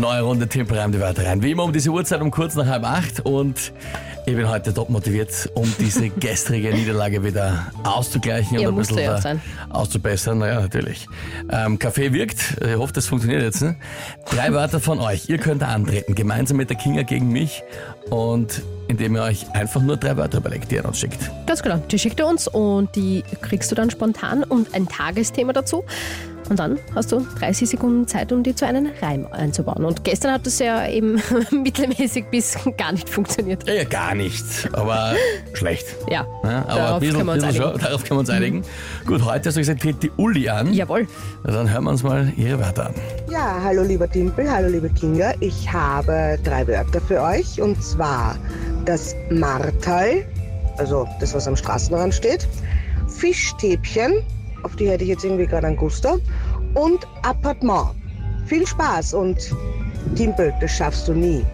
Neue Runde Tipp, reim die Wörter rein. Wie immer um diese Uhrzeit um kurz nach halb acht und ich bin heute top motiviert, um diese gestrige Niederlage wieder auszugleichen Ja, und ein musst bisschen du ja da auch sein. auszubessern. Naja, natürlich. Ähm, Kaffee wirkt, ich hoffe, das funktioniert jetzt. Ne? Drei Wörter von euch. Ihr könnt da antreten, gemeinsam mit der Kinga gegen mich und indem ihr euch einfach nur drei Wörter überlegt, die ihr uns schickt. Ganz genau. Die schickt er uns und die kriegst du dann spontan und ein Tagesthema dazu. Und dann hast du 30 Sekunden Zeit, um dir zu einem Reim einzubauen. Und gestern hat das ja eben mittelmäßig bis gar nicht funktioniert. Ja, ja gar nicht, aber schlecht. Ja, Ja, aber darauf ein bisschen, können wir uns bisschen einigen. Mhm. schon, darauf können wir uns einigen. Gut, heute hast du gesagt, tritt die Uli an. Jawohl. Na, Dann hören wir uns mal ihre Wörter an. Ja, hallo lieber Timpel, hallo liebe Kinga. Ich habe drei Wörter für euch und zwar das Martal, also das, was am Straßenrand steht, Fischstäbchen, auf die hätte ich jetzt irgendwie gerade einen Guster, und Appartement. Viel Spaß und Timpel, das schaffst du nie.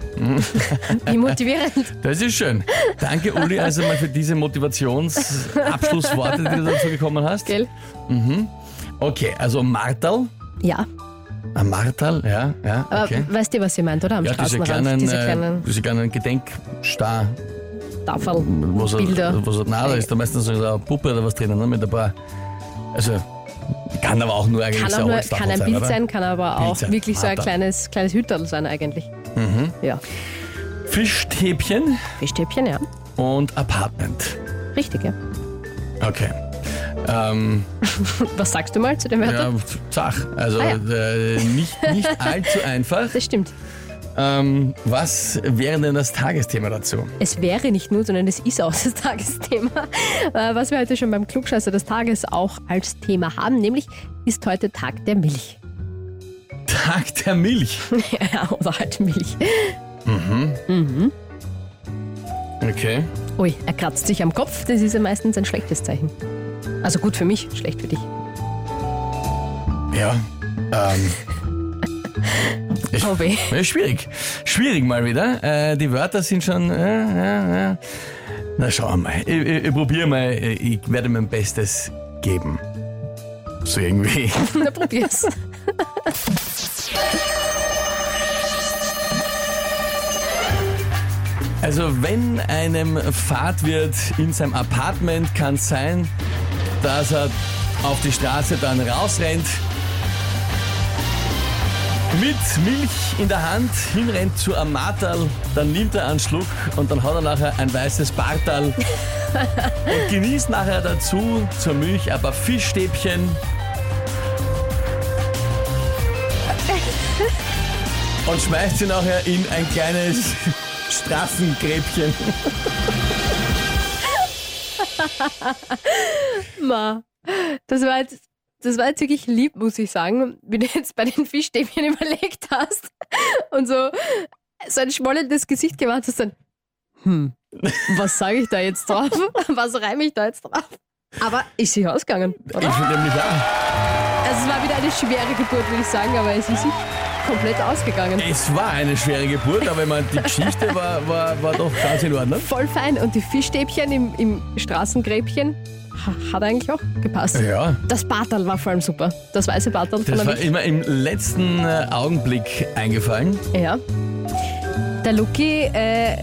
Wie motivierend. Das ist schön. Danke, Uli, also mal für diese Motivationsabschlussworte, die du dazu gekommen hast. Gell? Okay, also Martal. Ja, Ein Martal, ja, ja, aber okay. weißt du, was sie meint, oder? Am Ja, diese Straßenrand, kleinen, diese äh, kleinen diese kleinen Gedenkstar, Tafel, wo so, Bilder. wo so, na, da ist da meistens so eine Puppe oder was drinnen, ne, mit ein paar, also, kann aber auch nur eigentlich Kann, so auch nur, Holztafel kann ein Bild oder? sein, kann aber Bild auch sein. wirklich so ein Martal. kleines, kleines Hüterl sein eigentlich. Mhm. Ja, Fischstäbchen Fischstäbchen, ja. und Apartment. Richtig, ja. Okay. Ähm, Was sagst du mal zu den Wörtern? Ja, zach. Also Ah, äh, nicht, nicht allzu einfach. Das stimmt. Ähm, was wäre denn das Tagesthema dazu? Es wäre nicht nur, sondern es ist auch das Tagesthema, äh, was wir heute schon beim Klugscheißer des Tages auch als Thema haben, nämlich ist heute Tag der Milch. Tag der Milch. ja, oder halt Milch. Okay. Ui, er kratzt sich am Kopf, das ist ja meistens ein schlechtes Zeichen. Also gut für mich, schlecht für dich. Ja. Ähm, Oh weh. ja, schwierig. Schwierig mal wieder. Äh, die Wörter sind schon. Äh, äh, äh. Na, schauen wir mal. Ich, ich, ich probiere mal. Ich werde mein Bestes geben. So irgendwie. Na, probier's. Also wenn einem Fahrtwirt in seinem Apartment kann es sein, dass er auf die Straße dann rausrennt, mit Milch in der Hand hinrennt zu einem Martal, dann nimmt er einen Schluck und dann hat er nachher ein weißes Bartal und genießt nachher dazu zur Milch aber Fischstäbchen. Und schmeißt sie nachher in ein kleines Straßengräbchen. Ma. Das war jetzt. Das war jetzt wirklich lieb, muss ich sagen, wie du jetzt bei den Fischstäbchen überlegt hast und so, so ein schmollendes Gesicht gemacht hast, dann, hm, was sage ich da jetzt drauf? Was reime ich da jetzt drauf? Aber ist sich ausgegangen, Ich oder? finde nämlich auch. Also es war wieder eine schwere Geburt, würde ich sagen, aber es ist sich komplett ausgegangen. Es war eine schwere Geburt, aber ich meine, die Geschichte war, war, war doch ganz in Ordnung. Voll fein und die Fischstäbchen im, im Straßengräbchen ha- hat eigentlich auch gepasst. Ja. Das Bartal war vor allem super. Das weiße Bartal von Das der war Milch. immer im letzten äh, Augenblick eingefallen. Ja. Der Lucky äh,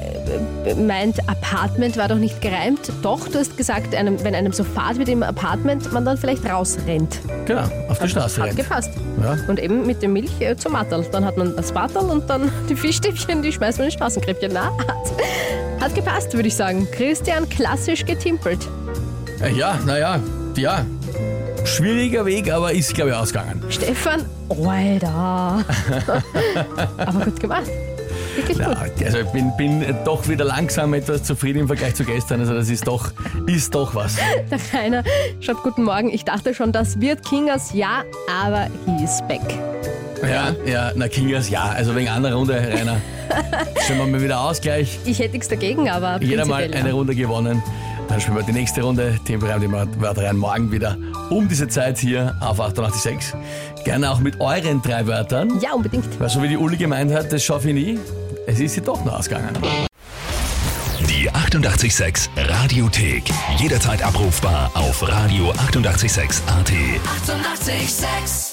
meint, Apartment war doch nicht gereimt. Doch, du hast gesagt, einem, wenn einem so fad wird im Apartment, man dann vielleicht rausrennt. Genau, auf die Straße Hat rennt. gepasst. Ja. Und eben mit der Milch äh, zum Martal. Dann hat man das Martal und dann die Fischstäbchen, die schmeißt man in Straßengräbchen. Na, hat, hat gepasst, würde ich sagen. Christian, klassisch getimpelt. Äh, Ja, naja, ja. Schwieriger Weg, aber ist, glaube ich, ausgegangen. Stefan, Alter. Aber gut gemacht. Wirklich Ja, gut. also ich bin, bin doch wieder langsam etwas zufrieden im Vergleich zu gestern. Also das ist doch, ist doch was. Der Rainer schreibt guten Morgen. Ich dachte schon, das wird Kingers ja, aber he is back. Ja, ja, na Kingas, ja. Also wegen anderer Runde, Rainer. Schauen wir mal wieder Ausgleich. Ich hätte nichts dagegen, aber Jeder mal prinzipiell, eine ja. Runde gewonnen. Dann spielen wir die nächste Runde. Tim reimt die Wörter rein morgen wieder um diese Zeit hier auf 886. Gerne auch mit euren drei Wörtern. Ja, unbedingt. Weil so wie die Uli gemeint hat, das schaffe ich nie. Es ist sie doch noch ausgegangen. Die 886 Radiothek. Jederzeit abrufbar auf radio886.at. 886! 886